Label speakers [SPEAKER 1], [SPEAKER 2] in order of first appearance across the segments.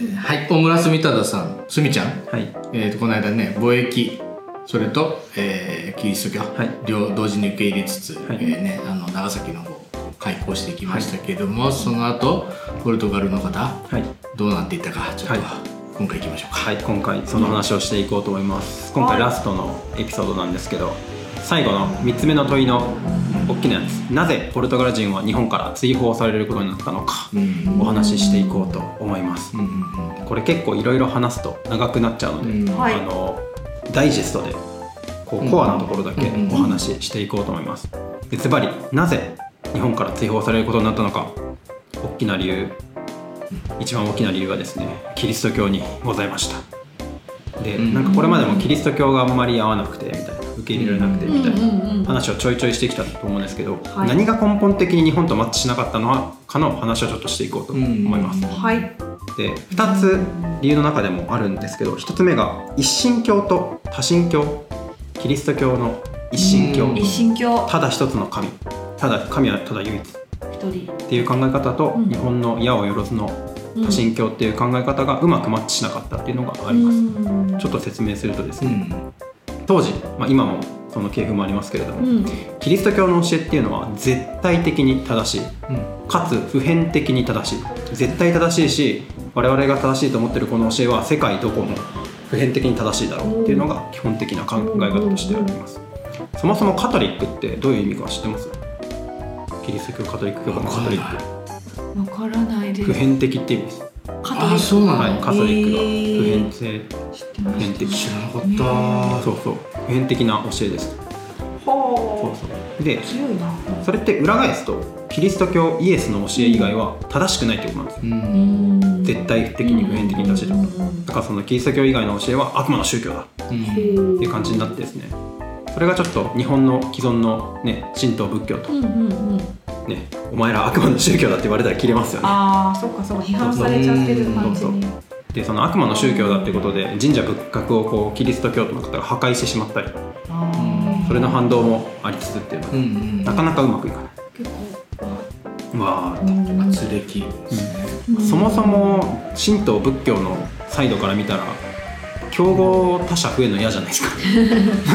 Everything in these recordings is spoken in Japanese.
[SPEAKER 1] はい、大村住忠さん、すみちゃん、
[SPEAKER 2] はい
[SPEAKER 1] えーとこの間ね、貿易、それと、えーキリスト教、
[SPEAKER 2] はい
[SPEAKER 1] 両同時に受け入れつつ、
[SPEAKER 2] はい
[SPEAKER 1] えーね、あの長崎の方開港していきましたけども、その後ポルトガルの方、
[SPEAKER 2] はい
[SPEAKER 1] どうなっていったか、ちょっと、
[SPEAKER 2] は
[SPEAKER 1] 今回行きましょうか。
[SPEAKER 2] はい、今回その話をしていこうと思います今回ラストのエピソードなんですけど最後の3つ目の問いの大きなやつなぜポルトガル人は日本から追放されることになったのか
[SPEAKER 1] うん
[SPEAKER 2] お話ししていこうと思います
[SPEAKER 1] うんうん
[SPEAKER 2] これ結構いろいろ話すと長くなっちゃうので、
[SPEAKER 1] うんうん
[SPEAKER 3] はい
[SPEAKER 2] あのダイジェストでこうコアなところだけ
[SPEAKER 1] うん
[SPEAKER 2] お話ししていこうと思いますでズバリなぜ日本から追放されることになったのか大きな理由一番大きな理由はですねキリスト教にございましたで
[SPEAKER 1] うん
[SPEAKER 2] なんかこれまでもキリスト教があんまり合わなくてみたいな受け入れられなくてみたいな
[SPEAKER 3] うんうん
[SPEAKER 2] 話をちょいちょいしてきたと思うんですけど、
[SPEAKER 3] はい
[SPEAKER 2] 何が根本的に日本とマッチしなかったのかの話をちょっとしていこうと思います、
[SPEAKER 1] うん
[SPEAKER 3] はい
[SPEAKER 2] で2つ理由の中でもあるんですけど1つ目が一神教と多神教キリスト教の一神教
[SPEAKER 1] うん
[SPEAKER 3] 一神教
[SPEAKER 2] ただ一つの神ただ神はただ唯一っ
[SPEAKER 3] 一人
[SPEAKER 2] ていう考え方と、
[SPEAKER 3] うん
[SPEAKER 2] 日本の矢をよろずの多神教っていう考え方がうまくマッチしなかったっていうのがあります、
[SPEAKER 3] うん
[SPEAKER 2] ちょっと説明するとで
[SPEAKER 1] う
[SPEAKER 2] すね、
[SPEAKER 1] ん
[SPEAKER 2] 当時、まあ、今もその系譜もありますけれど
[SPEAKER 3] う
[SPEAKER 2] も、
[SPEAKER 3] ん
[SPEAKER 2] キリスト教の教えっていうのは絶対的に正しい
[SPEAKER 1] うん
[SPEAKER 2] かつ普遍的に正しい絶対正しいし我々が正しいと思ってるこの教えは世界どこも普遍的に正しいだろうっていうのが基本的な考え方としてありますそもそもカトリックってどういう意味か知ってますキリスト教カトリック教のカトリック
[SPEAKER 3] わからないで
[SPEAKER 2] 普
[SPEAKER 3] す
[SPEAKER 2] 遍的って意味です
[SPEAKER 3] カトリ
[SPEAKER 1] あ、
[SPEAKER 3] ッ
[SPEAKER 1] そうなの、
[SPEAKER 2] はいカトリックが普遍性
[SPEAKER 3] ク知ってま
[SPEAKER 2] 普遍的
[SPEAKER 1] 知らなかった。
[SPEAKER 2] そうそう普遍的な教えです
[SPEAKER 3] すほ
[SPEAKER 2] そう
[SPEAKER 3] う
[SPEAKER 2] そうで
[SPEAKER 3] 強いな
[SPEAKER 2] それって裏返すとキリスト教イエスの教え以外は正しくないってことなんです
[SPEAKER 1] う
[SPEAKER 3] うんん
[SPEAKER 2] 絶対的に普遍的に正しいだろう
[SPEAKER 3] うんうん
[SPEAKER 2] だからそのキリスト教以外の教えは悪魔の宗教だ
[SPEAKER 1] う
[SPEAKER 3] へ
[SPEAKER 1] ん
[SPEAKER 3] ー
[SPEAKER 2] っていう感じになってですねそれがちょっと日本の既存のね神道仏教と
[SPEAKER 3] うんうんうん
[SPEAKER 2] ねお前ら悪魔の宗教だって言われたら切れますよね
[SPEAKER 3] ああそっかそっか批判されちゃってる感じ
[SPEAKER 2] そう
[SPEAKER 3] に
[SPEAKER 2] でその悪魔の宗教だってことで神社仏閣をこうキリスト教徒の方が破壊してしまったり
[SPEAKER 3] あー
[SPEAKER 2] それの反動もありつつっていうの
[SPEAKER 1] う
[SPEAKER 2] が
[SPEAKER 1] ん
[SPEAKER 2] なかなかうまくいかない
[SPEAKER 3] 結構
[SPEAKER 2] わー
[SPEAKER 3] う
[SPEAKER 2] って
[SPEAKER 3] ん
[SPEAKER 1] 圧力ですね。
[SPEAKER 3] うん
[SPEAKER 2] そもそも神道仏教のサイドから見たら競合他社増えるの嫌じゃないですか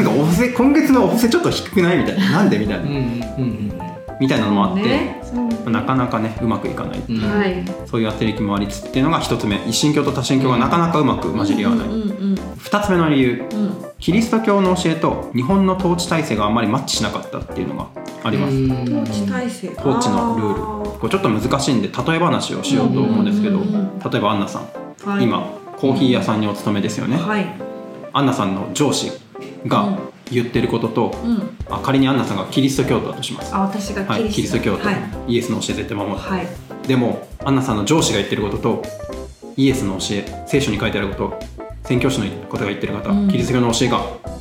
[SPEAKER 2] な んかお布施今月のお布施ちょっと低くないみたいななんでみたいな、
[SPEAKER 1] うんうん
[SPEAKER 2] みたいなのもあって、
[SPEAKER 3] ねそう
[SPEAKER 2] なかなかねうまくいかない、
[SPEAKER 1] うんうん。。
[SPEAKER 3] はいい
[SPEAKER 2] そういう圧力もありつつっていうのが一つ目一神教と多神教がなかなかうまく混じり合わない、
[SPEAKER 3] うんうん
[SPEAKER 2] 二つ目の理由
[SPEAKER 3] うんうん
[SPEAKER 2] キリスト教の教えと日本の統治体制があんまりマッチしなかったっていうのがあります、
[SPEAKER 3] 統治体制
[SPEAKER 2] 統治のルールこれちょっと難しいんで例え話をしようと思うんですけど、
[SPEAKER 3] うんうんうん
[SPEAKER 2] 例えばアンナさん、
[SPEAKER 3] ルはい
[SPEAKER 2] 今コーヒー屋さんにお勤めですよね、
[SPEAKER 3] はい
[SPEAKER 2] アンナさんの上司が言ってることと、
[SPEAKER 3] うん
[SPEAKER 2] あ仮にアンナさんがキリスト教徒だとします、
[SPEAKER 3] あ私が
[SPEAKER 2] はい、キリスト教徒、
[SPEAKER 3] はい
[SPEAKER 2] イエスの教え絶対守る、
[SPEAKER 3] はい
[SPEAKER 2] でもアンナさんの上司が言ってることとイエスの教え聖書に書いてあること宣教師の方が言ってる方、
[SPEAKER 3] うん
[SPEAKER 2] キリスト教の教えが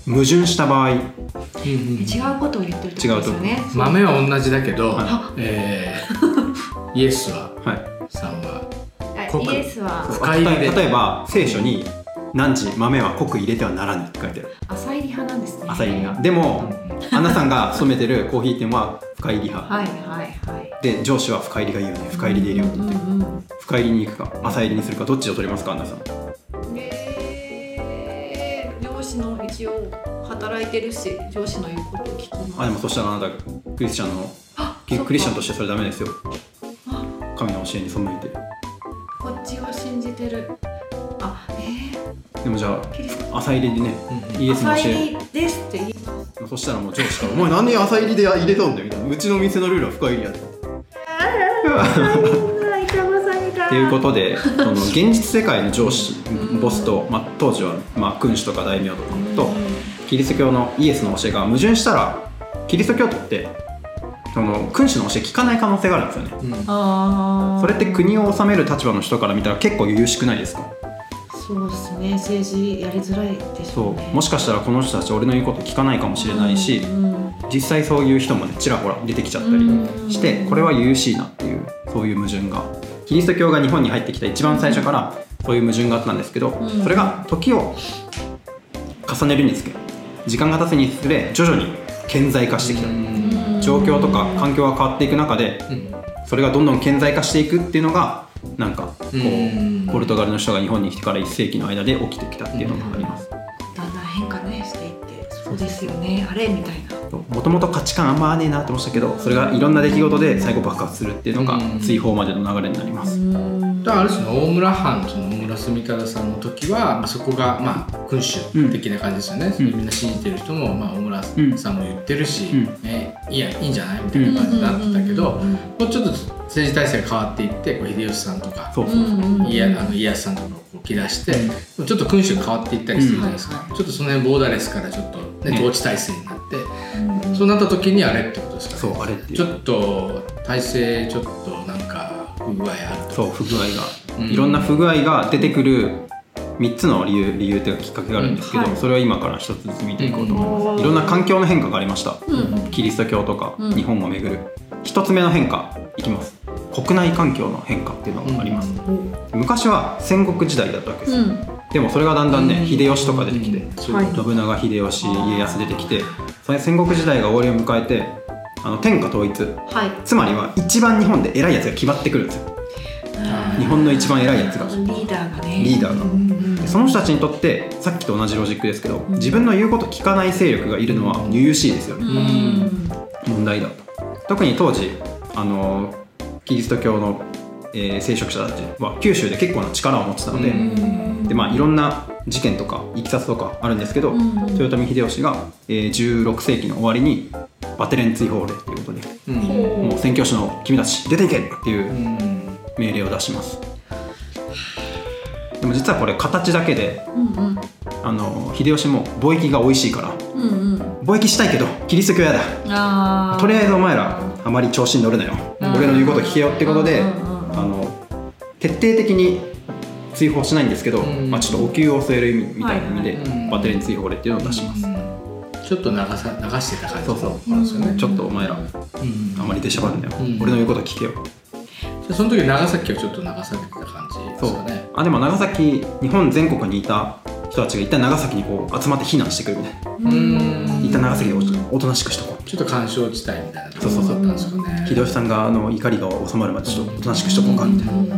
[SPEAKER 2] 矛盾した場
[SPEAKER 1] う
[SPEAKER 2] 合
[SPEAKER 1] んうん
[SPEAKER 3] 違うことを言ってるってことですよね
[SPEAKER 1] 豆は同じだけど、
[SPEAKER 2] は
[SPEAKER 1] えーイエスは
[SPEAKER 2] はい
[SPEAKER 1] さんは
[SPEAKER 3] あ
[SPEAKER 1] 濃く
[SPEAKER 3] イエスは
[SPEAKER 1] 深入りで
[SPEAKER 2] 例え例えば聖書に「何時豆は濃く入れてはならぬ」って書いてある
[SPEAKER 3] 浅いり派なんですね
[SPEAKER 2] 朝入りがでもアンナさんが勤めてるコーヒー店は深入り派、
[SPEAKER 3] はいはいはい
[SPEAKER 2] で上司は深入りがいいよね深入りでいいよね、
[SPEAKER 3] うんうんうん
[SPEAKER 2] 深入りに行くか朝入りにするかどっちを取りますかアンナさん
[SPEAKER 4] えー上司の一応働いてるし上司の言うことを聞きます
[SPEAKER 2] あでもそしたらあなたクリスチャンの
[SPEAKER 4] あ
[SPEAKER 2] ク
[SPEAKER 4] そっか
[SPEAKER 2] クリスチャンとしてそれダメですよ
[SPEAKER 4] あ
[SPEAKER 2] 神の教えに背いて
[SPEAKER 4] こっちを信じてるあえ
[SPEAKER 2] でもじゃ
[SPEAKER 4] ー、キリスト
[SPEAKER 2] あ朝入りでねイエスの教
[SPEAKER 4] 浅
[SPEAKER 2] え
[SPEAKER 4] いりですって 言います
[SPEAKER 2] そしたらもう上司から「お前何で朝入りで入れたんだよ」みたいな「うちの店のルールは深入りやで」っていうことでその現実世界の上司ボスと、まあ、当時は、まあ、君主とか大名とかとキリスト教のイエスの教えが矛盾したらキリスト教徒ってその君主の教え聞かない可能性があるんですよね
[SPEAKER 3] あー
[SPEAKER 2] それって国を治める立場の人から見たら結構優しくないですか
[SPEAKER 3] そうですね政治やりづらいでし
[SPEAKER 2] そ
[SPEAKER 3] ょ
[SPEAKER 2] う
[SPEAKER 3] ね
[SPEAKER 2] うもしかしたらこの人たち俺の言うこと聞かないかもしれないし
[SPEAKER 3] うん
[SPEAKER 2] 実際そういう人もねちらほら出てきちゃったりしてこれは優しいなっていうそういう矛盾がキリスト教が日本に入ってきた一番最初からそういう矛盾があったんですけど
[SPEAKER 3] ん
[SPEAKER 2] それが時を重ねるにつけ時間が経つにつれ徐々に顕在化してきた状況とか環境が変わっていく中でそれがどんどん顕在化していくっていうのがなんかこ
[SPEAKER 1] うん
[SPEAKER 2] うポルトガルの人が日本に来てから1世紀の間で起きてきたっていうのがあります。
[SPEAKER 3] だんだん変化ねしていってそうですよねあれみたいな
[SPEAKER 2] もともと価値観あんま合わねえなって思ってたけどそれがいろんな出来事で最後爆発するっていうのが
[SPEAKER 1] うん
[SPEAKER 2] 追放までの流れになります。
[SPEAKER 1] だからある種の大村藩その大村住忠さんの時は、まあ、そこがまあ君主的な感じですよね、
[SPEAKER 2] うん
[SPEAKER 1] みんな信じてる人も、まあ、大村さんも言ってるし、
[SPEAKER 2] うん
[SPEAKER 1] ね、いやいいんじゃないみたいな感じになってたけど、もうちょっと政治体制が変わっていってこう秀吉さんとか
[SPEAKER 2] そうそう
[SPEAKER 1] いやあの家康さんとかをこう切らして、ちょっと君主が変わっていったりするじゃないですか、ちょっとその辺ボーダーレスからちょっと、ね
[SPEAKER 2] ね
[SPEAKER 1] 統治体制になって、そうなった時にあれってことですかね
[SPEAKER 2] そうあれってい
[SPEAKER 1] ちょ
[SPEAKER 2] う
[SPEAKER 1] っと体制ちょっとなんか不具合あると
[SPEAKER 2] そう不具合
[SPEAKER 1] う
[SPEAKER 2] が
[SPEAKER 1] ん
[SPEAKER 2] いろんな不具合が出てくる3つの理由理由というかきっかけがあるんですけど、
[SPEAKER 3] うんはい
[SPEAKER 2] それを今から一つずつ見ていこうと思います、
[SPEAKER 3] うん
[SPEAKER 2] いろんな環境の変化がありました
[SPEAKER 4] うん
[SPEAKER 2] キリスト教とか
[SPEAKER 4] うん
[SPEAKER 2] 日本をめぐる一つ目の変化いきます国内環境の変化っていうのがあります、昔は戦国時代だったわけですよ、でもそれがだんだんね秀吉とか出てきて、
[SPEAKER 1] うんそう
[SPEAKER 3] はい
[SPEAKER 2] 信長秀吉家康出てきてそれ戦国時代が終わりを迎えてあの天下統一
[SPEAKER 4] はい
[SPEAKER 2] つまりは一番日本で偉いやつが決まってくるんですよ日本の一番偉いやつが
[SPEAKER 3] リーダーがね
[SPEAKER 2] リーダーが
[SPEAKER 3] ー
[SPEAKER 2] でその人たちにとってさっきと同じロジックですけど自分の言うこと聞かない勢力がいるのは由々しいですよね
[SPEAKER 4] うん
[SPEAKER 2] 問題だと特に当時あのキリスト教の、えー聖職者たちは九州で結構な力を持ってたので,、でまあ、いろんな事件とかいきさつとかあるんですけど、
[SPEAKER 4] うん
[SPEAKER 2] 豊臣秀吉が、えー16世紀の終わりにバテレン追放令ということで
[SPEAKER 1] うん
[SPEAKER 2] もう宣教師の君たち出ていけっていううん命令を出しますでも実はこれ形だけで
[SPEAKER 4] うん
[SPEAKER 2] あの秀吉も貿易が美味しいから
[SPEAKER 4] うんうん
[SPEAKER 2] 貿易したいけどキリスト教やだ
[SPEAKER 4] あー
[SPEAKER 2] とりあえずお前らあまり調子に乗るなよ
[SPEAKER 4] うん
[SPEAKER 2] 俺の言うこと聞けよってことで
[SPEAKER 4] う
[SPEAKER 2] あ
[SPEAKER 4] んうんうん
[SPEAKER 2] の徹底的に追放しないんですけど、
[SPEAKER 1] うん
[SPEAKER 2] まあ、ちょっとお灸を据える意味みたいな意味で、
[SPEAKER 1] はいはい
[SPEAKER 2] バテレン追放令っていうのを出します、
[SPEAKER 1] ちょっと流さ流してた感じ
[SPEAKER 2] そうそう
[SPEAKER 1] なんですよね
[SPEAKER 2] ちょっとお前ら
[SPEAKER 1] うん
[SPEAKER 2] あまり出しゃばるなよ、
[SPEAKER 1] うん
[SPEAKER 2] 俺の言うこと聞けよ
[SPEAKER 1] じゃあその時長崎はちょっと流されてた感じですかね
[SPEAKER 2] あでも長崎日本全国にいた人たちが一旦長崎にこう集まって避難してくるみたいな
[SPEAKER 1] うーん
[SPEAKER 2] 一旦長崎でおとおとなしくしとこう
[SPEAKER 1] ちょっと干渉地帯みたいなところ
[SPEAKER 2] そうそう
[SPEAKER 1] だ
[SPEAKER 2] そ
[SPEAKER 1] った
[SPEAKER 2] う
[SPEAKER 1] んですかね
[SPEAKER 2] 秀吉さんがあの怒りが収まるまでちょっとおとなしくしとこうかみたいな、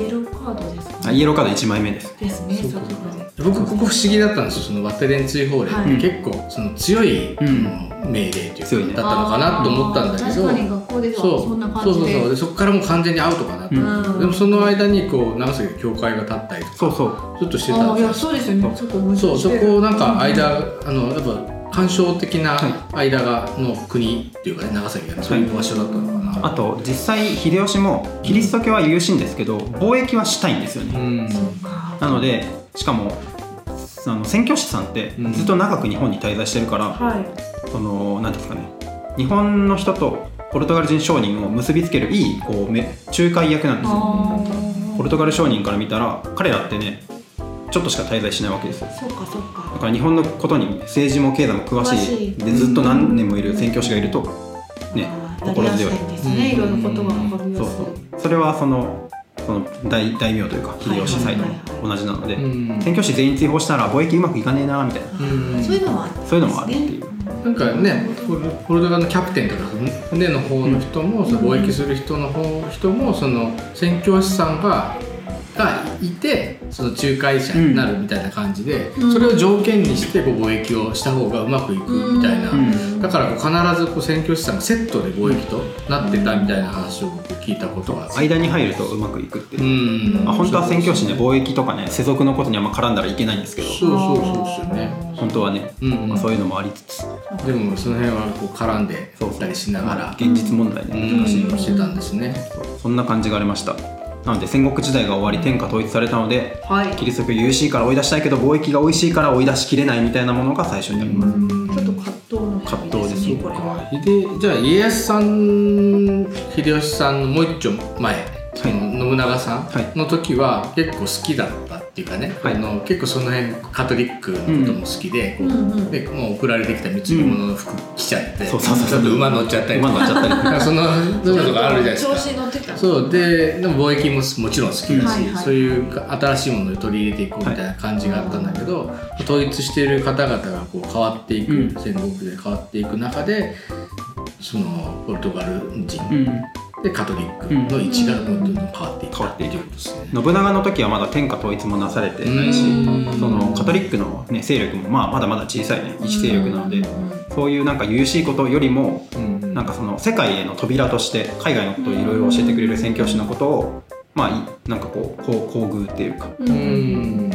[SPEAKER 3] イエローカードです
[SPEAKER 2] あ
[SPEAKER 3] か
[SPEAKER 2] イエローカード1枚目です
[SPEAKER 3] ですねそこで
[SPEAKER 1] 僕ここ不思議だったんですよそのバテレン追放令って、
[SPEAKER 3] はい
[SPEAKER 1] 結構その強い、
[SPEAKER 2] うん
[SPEAKER 1] あの命令と
[SPEAKER 2] 強
[SPEAKER 1] い
[SPEAKER 2] いうね
[SPEAKER 1] かだったのかなと思ったんだけど
[SPEAKER 4] 確かに学校では
[SPEAKER 1] そう
[SPEAKER 4] そんな感じ
[SPEAKER 1] そうそうそう
[SPEAKER 4] で
[SPEAKER 1] でそこからもう完全にアウトかなと、
[SPEAKER 4] うん
[SPEAKER 1] でもその間にこう長崎の教会が立ったりとか
[SPEAKER 2] そうそう
[SPEAKER 1] ちょっとしてた
[SPEAKER 4] あー
[SPEAKER 1] ん
[SPEAKER 4] い
[SPEAKER 1] です
[SPEAKER 4] や
[SPEAKER 1] よ
[SPEAKER 4] そうですよねちょっと矛盾
[SPEAKER 1] そう
[SPEAKER 4] し
[SPEAKER 1] そ
[SPEAKER 4] てる
[SPEAKER 1] こをなんか間、あのやっぱ干渉的な
[SPEAKER 2] は
[SPEAKER 1] 間がの国っていうかね長崎がねそういう場所だったのかな、
[SPEAKER 2] あと実際秀吉もキリスト教は優しいんですけど貿易はしたいんですよね
[SPEAKER 1] うん
[SPEAKER 2] なのでしかもあの宣教師さんって
[SPEAKER 1] うん
[SPEAKER 2] ずっと長く日本に滞在してるから、
[SPEAKER 3] はい
[SPEAKER 2] その何ですかね日本の人とポルトガル人商人を結びつけるいいこうめ仲介役なんですよ
[SPEAKER 4] あ
[SPEAKER 2] ポルトガル商人から見たら彼らってねちょっとしか滞在しないわけですよ
[SPEAKER 3] そうかそう
[SPEAKER 2] だ
[SPEAKER 3] か
[SPEAKER 2] から日本のことに政治も経済も詳しい
[SPEAKER 3] 詳しい
[SPEAKER 2] でずっと何年もいる宣教師がいるとね
[SPEAKER 3] あー
[SPEAKER 2] 心
[SPEAKER 3] やり
[SPEAKER 2] 強
[SPEAKER 3] や
[SPEAKER 2] い
[SPEAKER 3] すいんですねいろんなことが分かりやす
[SPEAKER 2] そう
[SPEAKER 3] い
[SPEAKER 2] そうそれはそのその大大名というか秀吉サイド
[SPEAKER 3] はいはいはい
[SPEAKER 2] も同じなので、
[SPEAKER 1] うん
[SPEAKER 2] 宣教師全員追放したら貿易うまくいかねえなみたいな
[SPEAKER 1] うん
[SPEAKER 3] そういうのもあったんですね
[SPEAKER 2] そういうのもあるっていう、
[SPEAKER 1] なんかねポルポルトガルのキャプテンとか船の方の人も、その貿易する人の方人もその宣教師さんががいてその仲介者になるみたいな感じで、
[SPEAKER 4] うん
[SPEAKER 1] それを条件にしてこう貿易をした方がうまくいくみたいな、
[SPEAKER 2] うん
[SPEAKER 1] だからこう必ずこう宣教師さんがセットで貿易となってたみたいな話を僕聞いたことがある。
[SPEAKER 2] 間に入るとうまくいくっていう
[SPEAKER 1] う、ん
[SPEAKER 2] まあ、本当は宣教師ね貿易とかね世俗のことにあんま絡んだらいけないんですけど
[SPEAKER 1] そうそうそうですよね。
[SPEAKER 2] 本当はね、
[SPEAKER 1] うんうん
[SPEAKER 2] まあ、そういうのもありつつ
[SPEAKER 1] でもその辺はこう絡んで
[SPEAKER 2] そう
[SPEAKER 1] たりしながら、
[SPEAKER 2] 現実問題で
[SPEAKER 1] う
[SPEAKER 2] ね
[SPEAKER 1] ん、してたんですね。
[SPEAKER 2] そうそんな感じがありましたなので戦国時代が終わり天下統一されたので
[SPEAKER 4] はい
[SPEAKER 2] キリスト教優しいから追い出したいけど貿易が美味しいから追い出しきれないみたいなものが最初にあります、
[SPEAKER 4] ちょっと葛藤の
[SPEAKER 2] 葛藤です
[SPEAKER 4] ね
[SPEAKER 2] ね
[SPEAKER 4] これは
[SPEAKER 1] 秀じゃあ家康さん秀吉さんのもう一丁前、その信長さ
[SPEAKER 2] はい
[SPEAKER 1] んの時は結構好きだったっていうかね、
[SPEAKER 2] はい
[SPEAKER 1] あの結構その辺カトリックのことも好きで、
[SPEAKER 4] うんうん
[SPEAKER 1] でもう送られてきた貢ぎ物の服着ちゃって、
[SPEAKER 2] そうそうそう
[SPEAKER 1] ちょっと馬乗っちゃったりと
[SPEAKER 2] 馬
[SPEAKER 1] か
[SPEAKER 2] 乗っちゃったりとか
[SPEAKER 1] なんかそのそういうのがあるじゃないです
[SPEAKER 4] 調
[SPEAKER 1] か
[SPEAKER 4] 子。に乗ってた
[SPEAKER 1] そうででも貿易ももちろん好きだし、
[SPEAKER 4] うんはい
[SPEAKER 1] そういう新しいものを取り入れていこうみたいな感じがあったんだけど、統一している方々がこう変わっていく、
[SPEAKER 2] うん
[SPEAKER 1] 戦国で変わっていく中でそのポルトガル人
[SPEAKER 2] うん
[SPEAKER 1] でカトリックの位置がどんどんどん変わっていった
[SPEAKER 2] 変わっていく
[SPEAKER 1] いうことですね。
[SPEAKER 2] 信長の時はまだ天下統一もなされてないし
[SPEAKER 1] うん
[SPEAKER 2] そのカトリックの、ね、勢力もまあまだまだ小さい、ね、一勢力なのでそういうなんか優しいことよりも
[SPEAKER 1] うん
[SPEAKER 2] なんかその世界への扉として海外のことをいろいろ教えてくれる宣教師のことをまあいなんかこうこう厚遇っていうか
[SPEAKER 1] う
[SPEAKER 4] うん
[SPEAKER 1] ん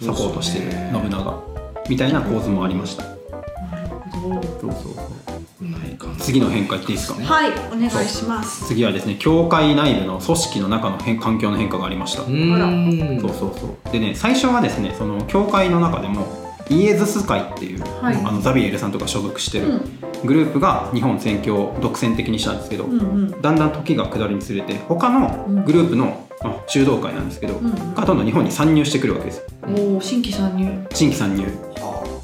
[SPEAKER 2] サポートして
[SPEAKER 1] そうで
[SPEAKER 2] る信
[SPEAKER 1] すね
[SPEAKER 2] 長みたいな構図もありました
[SPEAKER 3] なるほど
[SPEAKER 2] そうそう
[SPEAKER 1] ないかな
[SPEAKER 2] 次の変化いっていいですか
[SPEAKER 3] はいお願いします
[SPEAKER 2] 次はですね教会内部の組織の中の変環境の変化がありました、
[SPEAKER 1] うん
[SPEAKER 2] そうそうそうでね最初はですねその教会の中でもイエズス会っていう、
[SPEAKER 3] はい
[SPEAKER 2] あのザビエルさんとか所属して
[SPEAKER 4] う
[SPEAKER 2] る
[SPEAKER 4] ん
[SPEAKER 2] グループが日本宣教を独占的にしたんですけど、
[SPEAKER 3] うんうん
[SPEAKER 2] だんだん時が下るにつれて他のグループの、まあ、修道会なんですけど、
[SPEAKER 3] うん
[SPEAKER 2] がどんどん日本に参入してくるわけですよ
[SPEAKER 3] おお新規参入
[SPEAKER 2] 新規参入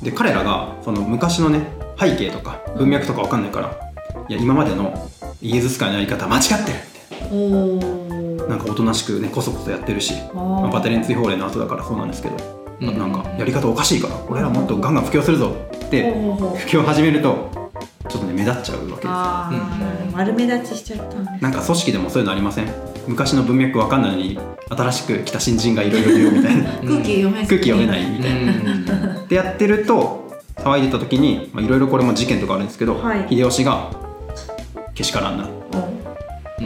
[SPEAKER 2] で彼らがその昔のね背景とか文脈とかわかんないから、いや今までのイエズス会のやり方間違ってるって
[SPEAKER 3] おお
[SPEAKER 2] なんかおとなしくねこそこそやってるし、まあ
[SPEAKER 3] あ
[SPEAKER 2] バテレン追放令の後だからそうなんですけど、
[SPEAKER 1] うん
[SPEAKER 2] なんかやり方おかしいから俺らもっとガンガン布教するぞって
[SPEAKER 3] ほうほうほう
[SPEAKER 2] 布教を始めるとちょっとね目立っちゃうわけですよ
[SPEAKER 3] あー
[SPEAKER 1] うん
[SPEAKER 3] 丸目立ちしちゃったんで
[SPEAKER 2] なんか組織でもそういうのありません昔の文脈わかんないのに新しく来た新人がいろいろ言うみたいな
[SPEAKER 3] 空気読めず
[SPEAKER 2] 空気読めない
[SPEAKER 1] み
[SPEAKER 2] みた
[SPEAKER 1] た
[SPEAKER 2] い
[SPEAKER 1] い
[SPEAKER 2] な。
[SPEAKER 1] な
[SPEAKER 2] でやってると騒いでた時にまあいろいろこれも事件とかあるんですけど、
[SPEAKER 3] はい
[SPEAKER 2] 秀吉がけしからんなっ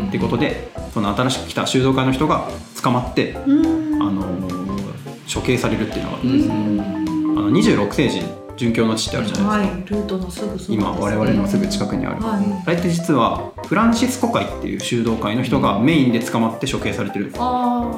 [SPEAKER 1] って
[SPEAKER 2] ことでその新しく来た修道会の人が捕まって、
[SPEAKER 3] うん
[SPEAKER 2] あのー処刑されるっていうのがある
[SPEAKER 1] うん
[SPEAKER 2] ですよ、
[SPEAKER 1] ん
[SPEAKER 2] あの26世紀殉教の地ってあるじゃないですか、
[SPEAKER 3] はいルートのすぐそば
[SPEAKER 2] 今我々のすぐ近くにある、
[SPEAKER 3] はい
[SPEAKER 2] あれって実はフランシスコ会っていう修道会の人がメインで捕まって処刑されてるんですよ
[SPEAKER 3] ああ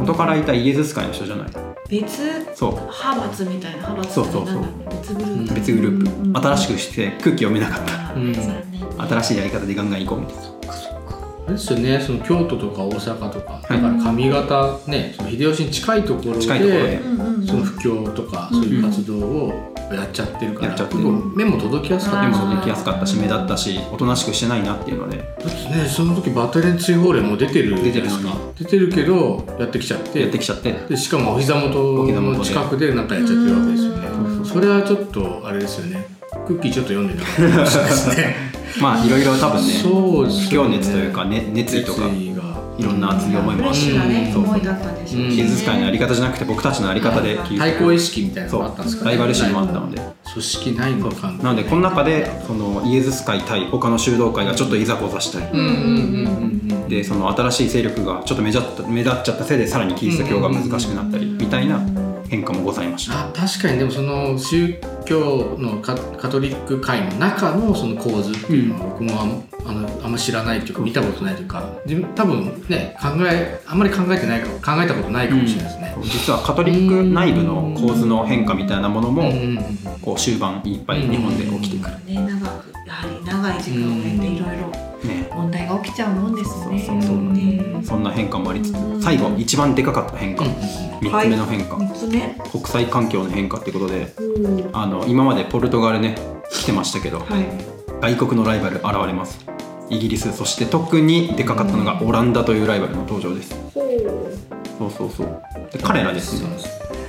[SPEAKER 2] 元からいたイエズス会の人じゃない
[SPEAKER 3] 別
[SPEAKER 2] そう
[SPEAKER 3] 派閥みたいな派閥ってなんだ別グループ
[SPEAKER 2] 別グループ、
[SPEAKER 3] うん
[SPEAKER 2] 新しくして空気読めなかっ
[SPEAKER 3] あ
[SPEAKER 1] うん
[SPEAKER 3] ー残念
[SPEAKER 2] た新しいやり方でガンガン行こうみたいな
[SPEAKER 1] あれですよねその京都とか大阪とかだ
[SPEAKER 2] い
[SPEAKER 1] から上方ねその秀吉に近いところで
[SPEAKER 2] 近いところで
[SPEAKER 3] うんうんうん
[SPEAKER 1] その布教とかそういう活動をやっちゃってるから
[SPEAKER 2] やっちゃって
[SPEAKER 1] 結
[SPEAKER 2] る
[SPEAKER 1] 構目も届きやすか
[SPEAKER 3] あ
[SPEAKER 1] っ
[SPEAKER 2] で
[SPEAKER 1] た
[SPEAKER 3] ー
[SPEAKER 2] もできやすかったし目立ったしおとなしくしてないなっていうので
[SPEAKER 1] だってねその時バタリン追放令も出てる
[SPEAKER 2] 出てるのに
[SPEAKER 1] 出てるけどやってきちゃって
[SPEAKER 2] やってきちゃって
[SPEAKER 1] でしかもお膝元の近くでなんかやっちゃってるわけですよ
[SPEAKER 3] う
[SPEAKER 1] ね
[SPEAKER 3] ん
[SPEAKER 1] それはちょっとあれですよねクッキーちょっと読んでなかったかもしれないですね
[SPEAKER 2] まあいろいろ多分ね
[SPEAKER 1] そうですね
[SPEAKER 2] 不況熱というか、ね、熱意とか
[SPEAKER 1] 熱意が
[SPEAKER 2] いろんな熱い思い
[SPEAKER 3] フレ
[SPEAKER 2] もある
[SPEAKER 3] ッシ
[SPEAKER 2] し
[SPEAKER 3] ュなね
[SPEAKER 2] そうそう
[SPEAKER 3] 思いだったでしょうね
[SPEAKER 1] うん
[SPEAKER 2] イエズス会のやり方じゃなくて僕たちのやり方で
[SPEAKER 3] はい
[SPEAKER 2] 聞い
[SPEAKER 1] 対
[SPEAKER 2] て
[SPEAKER 1] 抗意識みたいなの
[SPEAKER 2] そ
[SPEAKER 1] があったんです
[SPEAKER 2] う
[SPEAKER 1] かね
[SPEAKER 2] ライバル心もあったので
[SPEAKER 1] 組織内の感じ
[SPEAKER 2] なのでこの中でそのイエズス会対他の修道会がちょっといざこざしたり
[SPEAKER 1] うんうんうんうんうん
[SPEAKER 2] でその新しい勢力がちょっと目立った目立っちゃったせいでさらにキリスト教が難しくなったりみたいな変化もございました。
[SPEAKER 1] あ確かにでもその宗教のカカトリック界の中のその構図っていうのは僕もあのあのあんま知らないというか見たことないというか自分多分ね考えあんまり考えてないか考えたことないかもしれないですね。
[SPEAKER 2] 実はカトリック内部の構図の変化みたいなもの
[SPEAKER 1] うん
[SPEAKER 2] も
[SPEAKER 1] うんうん
[SPEAKER 2] こう終盤いっぱい日本で起きてく
[SPEAKER 3] ね長くやはり長い時間を経ていろいろ
[SPEAKER 2] る、ね、
[SPEAKER 3] 問題が起きちゃうもんですね。
[SPEAKER 2] そうそうそう
[SPEAKER 3] ね
[SPEAKER 2] そんな変化もありつつ最後一番でかかった変化3つ目の変化、
[SPEAKER 3] 三つ目。
[SPEAKER 2] 国際環境の変化ってことで
[SPEAKER 3] うん
[SPEAKER 2] あの今までポルトガルね来てましたけど、
[SPEAKER 3] はい。
[SPEAKER 2] 外国のライバル現れますイギリスそして特にでかかったのがオランダというライバルの登場ですそうそうそうで彼らですね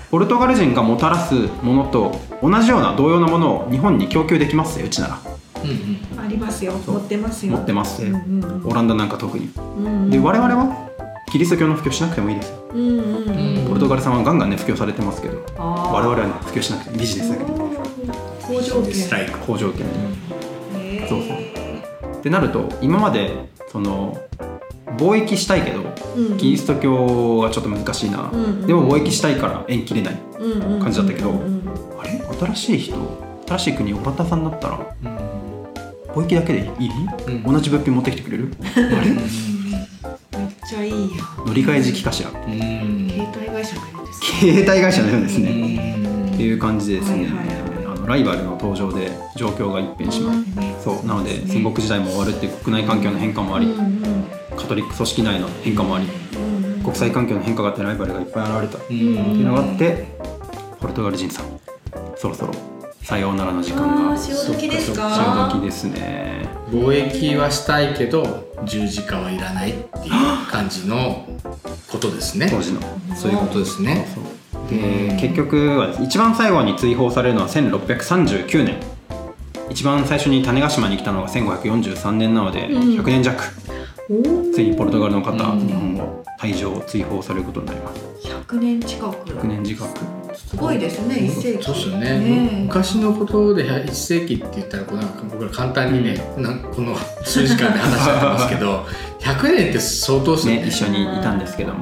[SPEAKER 2] ポルトガル人がもたらすものと同じような同様なものを日本に供給できますようちなら
[SPEAKER 1] うんうん
[SPEAKER 3] ありますよ。
[SPEAKER 2] そう
[SPEAKER 3] 持ってますよ。
[SPEAKER 2] 持ってます
[SPEAKER 3] うんうんうん
[SPEAKER 2] オランダなんか特に
[SPEAKER 3] うんうん
[SPEAKER 2] で我々はキリスト教の布教しなくてもいいですよ
[SPEAKER 3] うんうんうん
[SPEAKER 2] ポルトガルさんはガンガンね布教されてますけど我
[SPEAKER 3] 我
[SPEAKER 2] 々はね布教しなくてビジネスだけで
[SPEAKER 3] 工場
[SPEAKER 1] デスライク
[SPEAKER 2] 工場券で
[SPEAKER 3] へー
[SPEAKER 2] そうそうってなると今までその貿易したいけど
[SPEAKER 3] うん
[SPEAKER 2] キリスト教はちょっと難しいな、
[SPEAKER 3] うん
[SPEAKER 2] でも貿易したいから縁切れない
[SPEAKER 3] うんうん
[SPEAKER 2] 感じだったけど
[SPEAKER 3] うんうん
[SPEAKER 2] あれ新しい人新しい国おばたさんだったら
[SPEAKER 1] うん
[SPEAKER 2] 貿易だけでいい、
[SPEAKER 1] うん
[SPEAKER 2] 同じ物品持ってきてく れるあれ
[SPEAKER 3] めっちゃいいやん
[SPEAKER 2] 乗り換え時期かしら
[SPEAKER 1] うんうん
[SPEAKER 3] 携帯会社のようです
[SPEAKER 2] 携帯会社のようです
[SPEAKER 1] う
[SPEAKER 2] ね、
[SPEAKER 1] ん
[SPEAKER 2] っていう感じでですね、
[SPEAKER 3] はいはいはい
[SPEAKER 2] あのライバルの登場で状況が一変します、そうなので戦国時代も終わるっていう国内環境の変化もあり、
[SPEAKER 3] うんうん
[SPEAKER 2] カトリック組織内の変化もあり
[SPEAKER 3] うんうん
[SPEAKER 2] 国際環境の変化があってライバルがいっぱい現れたって
[SPEAKER 1] うん
[SPEAKER 2] いうのがあってポルトガル人さんそろそろさようならの時間
[SPEAKER 3] あ
[SPEAKER 2] が
[SPEAKER 3] ー潮時ですか
[SPEAKER 2] 潮時ですね
[SPEAKER 1] 貿易はしたいけど十字架はいらないっていう感じのことですね。
[SPEAKER 2] 当時の。
[SPEAKER 1] そういうことですね。
[SPEAKER 2] で結局はです一番最後に追放されるのは1639年一番最初に種子島に来たのが1543年なので
[SPEAKER 3] うん
[SPEAKER 2] 100年弱、ついにポルトガルの方、
[SPEAKER 1] うん
[SPEAKER 2] 日本を退場追放されることになります
[SPEAKER 4] 100年近く
[SPEAKER 2] 100年近く
[SPEAKER 4] すごいですね1世紀
[SPEAKER 1] そうですよね
[SPEAKER 4] ねえ
[SPEAKER 1] 昔のことで1世紀って言ったらこうなんか僕ら簡単にね、なんこの数時間で話しちゃってますけ ど100年って相当ですよね
[SPEAKER 2] ね一緒にいたんですけども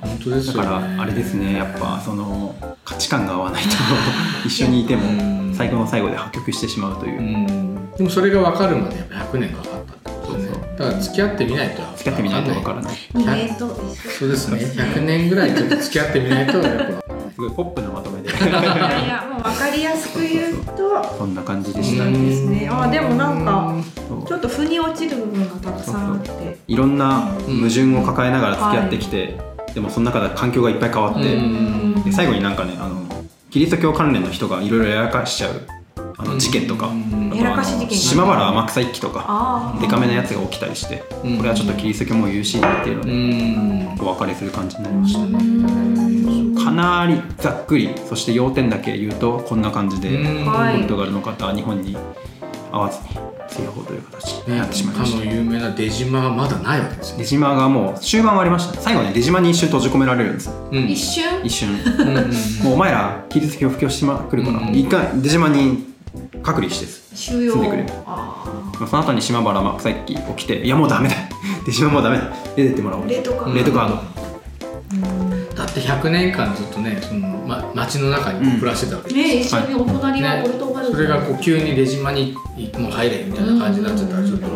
[SPEAKER 1] 本当です
[SPEAKER 2] だ
[SPEAKER 1] よ、
[SPEAKER 2] か
[SPEAKER 1] ね、
[SPEAKER 2] らあれですねやっぱその価値観が合わ ないと一緒にいて
[SPEAKER 1] う
[SPEAKER 2] も
[SPEAKER 1] ん
[SPEAKER 2] 最後の最後で破局してしまうといううん
[SPEAKER 1] でもそれが分かるまでやっぱ100年かかったってことですね
[SPEAKER 2] そうそ
[SPEAKER 1] だから付き合ってみないと
[SPEAKER 2] 付き合ってみないとわからない
[SPEAKER 3] 二年と一緒
[SPEAKER 1] そうですね100年ぐらいちょっと付き合ってみないとやっぱ
[SPEAKER 2] すごいポップなまとめで
[SPEAKER 3] いやいやもう分かりやすく言うと
[SPEAKER 2] そんな感じでした、
[SPEAKER 3] んですねあでもなんか
[SPEAKER 2] そう
[SPEAKER 3] ちょっと腑に落ちる部分がたくさんあって
[SPEAKER 2] いろんな矛盾を抱えながら付き合ってきて、でもその中で環境がいっぱい変わって、
[SPEAKER 1] うん
[SPEAKER 2] で最後になんかねあのキリスト教関連の人がいろいろやらかしちゃうあの事件とか、
[SPEAKER 1] うん
[SPEAKER 2] あと
[SPEAKER 3] やらかし事件が
[SPEAKER 2] あの島原天草一揆とか
[SPEAKER 3] あ
[SPEAKER 2] デカめなやつが起きたりして、
[SPEAKER 1] うん
[SPEAKER 2] これはちょっとキリスト教も有しいなっていうの
[SPEAKER 1] う
[SPEAKER 2] で、
[SPEAKER 1] ん
[SPEAKER 2] お別れする感じになりまし
[SPEAKER 1] そう
[SPEAKER 2] たかなりざっくりそして要点だけ言うとこんな感じで、
[SPEAKER 1] うん
[SPEAKER 3] は
[SPEAKER 2] ポ
[SPEAKER 3] い
[SPEAKER 2] ルトガルの方は日本に合わずに追放という形に
[SPEAKER 1] ね
[SPEAKER 2] なってしまい
[SPEAKER 1] か
[SPEAKER 2] ました、
[SPEAKER 1] の有名な出島はまだないわけですよ
[SPEAKER 2] 出島がもう終盤はありました最後ね出島に一瞬閉じ込められるんですよ
[SPEAKER 1] うん
[SPEAKER 4] 一瞬
[SPEAKER 2] 一瞬
[SPEAKER 1] うんうん
[SPEAKER 2] もうお前らキリスト教布教しまくるから、
[SPEAKER 1] うん
[SPEAKER 2] 一回出島に隔離して
[SPEAKER 4] 収容
[SPEAKER 2] 住んでくれる
[SPEAKER 4] あ
[SPEAKER 2] まあその後に島原幕崎起きていやもうダメだ 出島もうダメだ出てってもらおう
[SPEAKER 4] ー
[SPEAKER 2] レ
[SPEAKER 4] レッドカー
[SPEAKER 2] ッドカード、
[SPEAKER 1] だって100年間ずっとねその、ま、町の中に暮らしてたわけ
[SPEAKER 4] ド
[SPEAKER 1] で
[SPEAKER 4] ね一緒にお隣
[SPEAKER 1] は
[SPEAKER 4] はいポルトガル
[SPEAKER 1] す、それがこう急に出島にもう入れみたいな感じになっちゃったらちょっと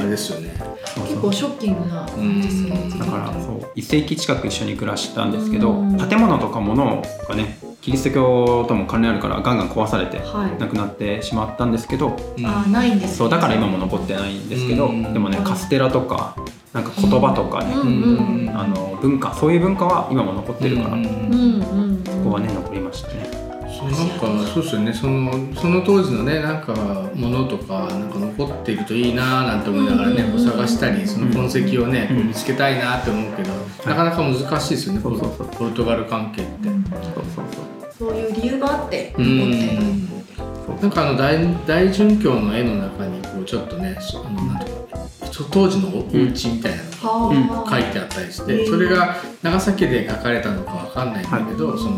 [SPEAKER 1] あれですよね
[SPEAKER 2] そう
[SPEAKER 4] 結
[SPEAKER 2] そ
[SPEAKER 4] 構
[SPEAKER 2] う
[SPEAKER 4] ショッキングな感じですね
[SPEAKER 1] うん
[SPEAKER 2] だからそう一世紀近く一緒に暮らしたんですけど
[SPEAKER 4] うん
[SPEAKER 2] 建物とか物がねキリスト教とも関連あるからガンガン壊されて
[SPEAKER 4] はい
[SPEAKER 2] なくなってしまったんですけど
[SPEAKER 1] うん
[SPEAKER 4] あーないんですね
[SPEAKER 2] そうだから今も残ってないんですけど
[SPEAKER 1] う
[SPEAKER 2] で
[SPEAKER 1] ん
[SPEAKER 2] もねカステラとかなんか言葉とかね
[SPEAKER 4] うんうん
[SPEAKER 2] あの文化そういう文化は今も残ってるから、
[SPEAKER 1] うんう
[SPEAKER 2] こ
[SPEAKER 1] ん
[SPEAKER 4] うんうん
[SPEAKER 2] こはね残りましたね
[SPEAKER 1] そうなんかそうですよねそのその当時のねなんかものとかなんか残っているといいなーなんて思いながらね、
[SPEAKER 4] うん
[SPEAKER 1] こう探したりその痕跡をね、
[SPEAKER 2] うん
[SPEAKER 1] こう見つけたいなって思うけど、
[SPEAKER 2] い
[SPEAKER 1] なかなか難しいですよね、
[SPEAKER 2] そうそうそう
[SPEAKER 1] ポルトガル関係って。
[SPEAKER 2] そうそうそう
[SPEAKER 4] そういう理由があって
[SPEAKER 1] う
[SPEAKER 4] 残
[SPEAKER 1] ん
[SPEAKER 4] ってる
[SPEAKER 1] なんかあの大大殉教の絵の中にこうちょっとねそあのなんていうかそ当時のお家みたいなのが
[SPEAKER 4] はあ
[SPEAKER 1] 書いてあったりして、
[SPEAKER 4] うん
[SPEAKER 1] それが長崎で書かれたのかわかんないんだけど、その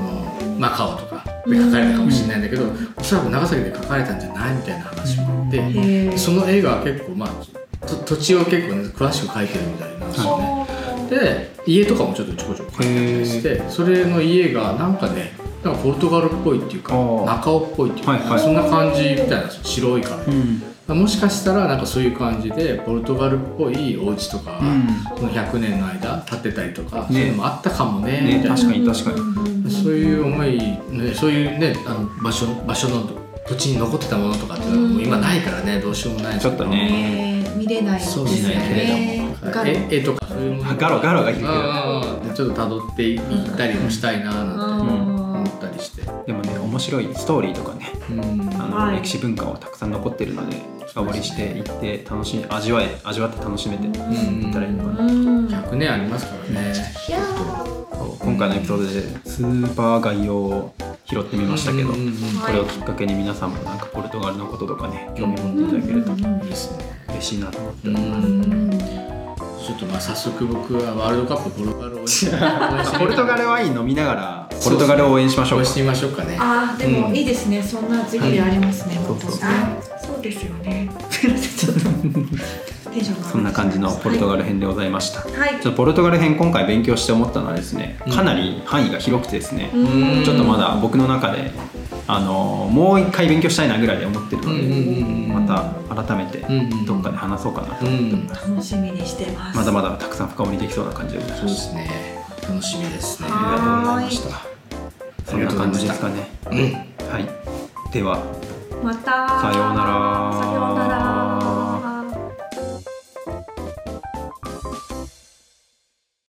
[SPEAKER 1] マカオとかで書かれたかもしれないんだけど、おそらく長崎で書かれたんじゃないみたいな話もあって、
[SPEAKER 4] へー
[SPEAKER 1] その絵が結構まあと土地を結構、ね、詳しく書いてるみたいなんですよね。で家とかもちょっとちょこちょこ書いてあったりしてそれの家がなんかねなんかポルトガルっぽいっていうか
[SPEAKER 2] あー
[SPEAKER 1] 中尾っぽいっていうか、
[SPEAKER 2] はいはい
[SPEAKER 1] そんな感じみたいなんですよ白いから、
[SPEAKER 2] うん
[SPEAKER 1] もしかしたらなんかそういう感じでポルトガルっぽいお家とか、
[SPEAKER 2] うん
[SPEAKER 1] その100年の間建てたりとか、
[SPEAKER 2] ね
[SPEAKER 1] そういうのもあったかもねみ
[SPEAKER 2] ね
[SPEAKER 1] たいな
[SPEAKER 2] 確かに確かに、
[SPEAKER 1] そういう思い、ね、そういうねあの場所場所の土地に残ってたものとかっていうのはもう今ないからねどうしようもないんですけど
[SPEAKER 2] ちょっとね
[SPEAKER 4] えー見れないです
[SPEAKER 1] そ
[SPEAKER 4] よ
[SPEAKER 1] うですねけれ
[SPEAKER 4] ね
[SPEAKER 1] ども
[SPEAKER 4] ガ
[SPEAKER 1] はい
[SPEAKER 4] ロ
[SPEAKER 1] 絵絵とかそういうもの
[SPEAKER 2] あガロガロがいるけ
[SPEAKER 1] う
[SPEAKER 2] ど
[SPEAKER 1] んうんうんちょっと辿っていったりもしたいななんて
[SPEAKER 4] あ
[SPEAKER 1] 思
[SPEAKER 4] ー
[SPEAKER 1] ったりして、
[SPEAKER 2] でもね面白いストーリーとかね
[SPEAKER 1] うん
[SPEAKER 2] あの、
[SPEAKER 3] はい
[SPEAKER 2] 歴史文化はたくさん残ってるので深掘りしていって楽しみ味わえ味わって楽しめていったらいいのかな、
[SPEAKER 4] うん
[SPEAKER 1] 100年ありますからね
[SPEAKER 4] いやー
[SPEAKER 2] そう今回のエピソードでスーパー概要を拾ってみましたけど、
[SPEAKER 1] うんうんうん
[SPEAKER 4] はい
[SPEAKER 2] これをきっかけに皆さんもなんかポルトガルのこととかね興味持っていただけると
[SPEAKER 1] いいですね
[SPEAKER 2] 嬉しいなと思って
[SPEAKER 1] う
[SPEAKER 2] おります、
[SPEAKER 1] んちょっとまあ早速僕はワールドカップポルトガルを 応援して
[SPEAKER 2] ポルトガルワイン飲みながらポルトガルを応援しましょ
[SPEAKER 1] 応
[SPEAKER 2] う
[SPEAKER 1] 援
[SPEAKER 2] か
[SPEAKER 1] してみましょうかね
[SPEAKER 3] あーでもいいですねそんな次でありますね本当
[SPEAKER 2] そうそう
[SPEAKER 3] あーそうですよねちょっとテンションが上がる
[SPEAKER 2] そんな感じのポルトガル編でございました、
[SPEAKER 3] はい
[SPEAKER 2] ちょっとポルトガル編今回勉強して思ったのはですね
[SPEAKER 1] うん
[SPEAKER 2] かなり範囲が広くてですね、
[SPEAKER 1] うん
[SPEAKER 2] ちょっとまだ僕の中であのもう一回勉強したいなぐらいで思ってるので、
[SPEAKER 1] うんうんうん
[SPEAKER 2] また改めて
[SPEAKER 1] うんうん
[SPEAKER 2] どっかで話そうかなと、
[SPEAKER 1] うん
[SPEAKER 3] 楽しみにしてます
[SPEAKER 2] まだまだたくさん深掘りできそうな感じでござい
[SPEAKER 1] そう
[SPEAKER 2] ま
[SPEAKER 1] ですすね楽しみですね
[SPEAKER 2] ありがとうございましたそんな感じですかね
[SPEAKER 1] うん
[SPEAKER 2] はいでは
[SPEAKER 3] また
[SPEAKER 2] さようなら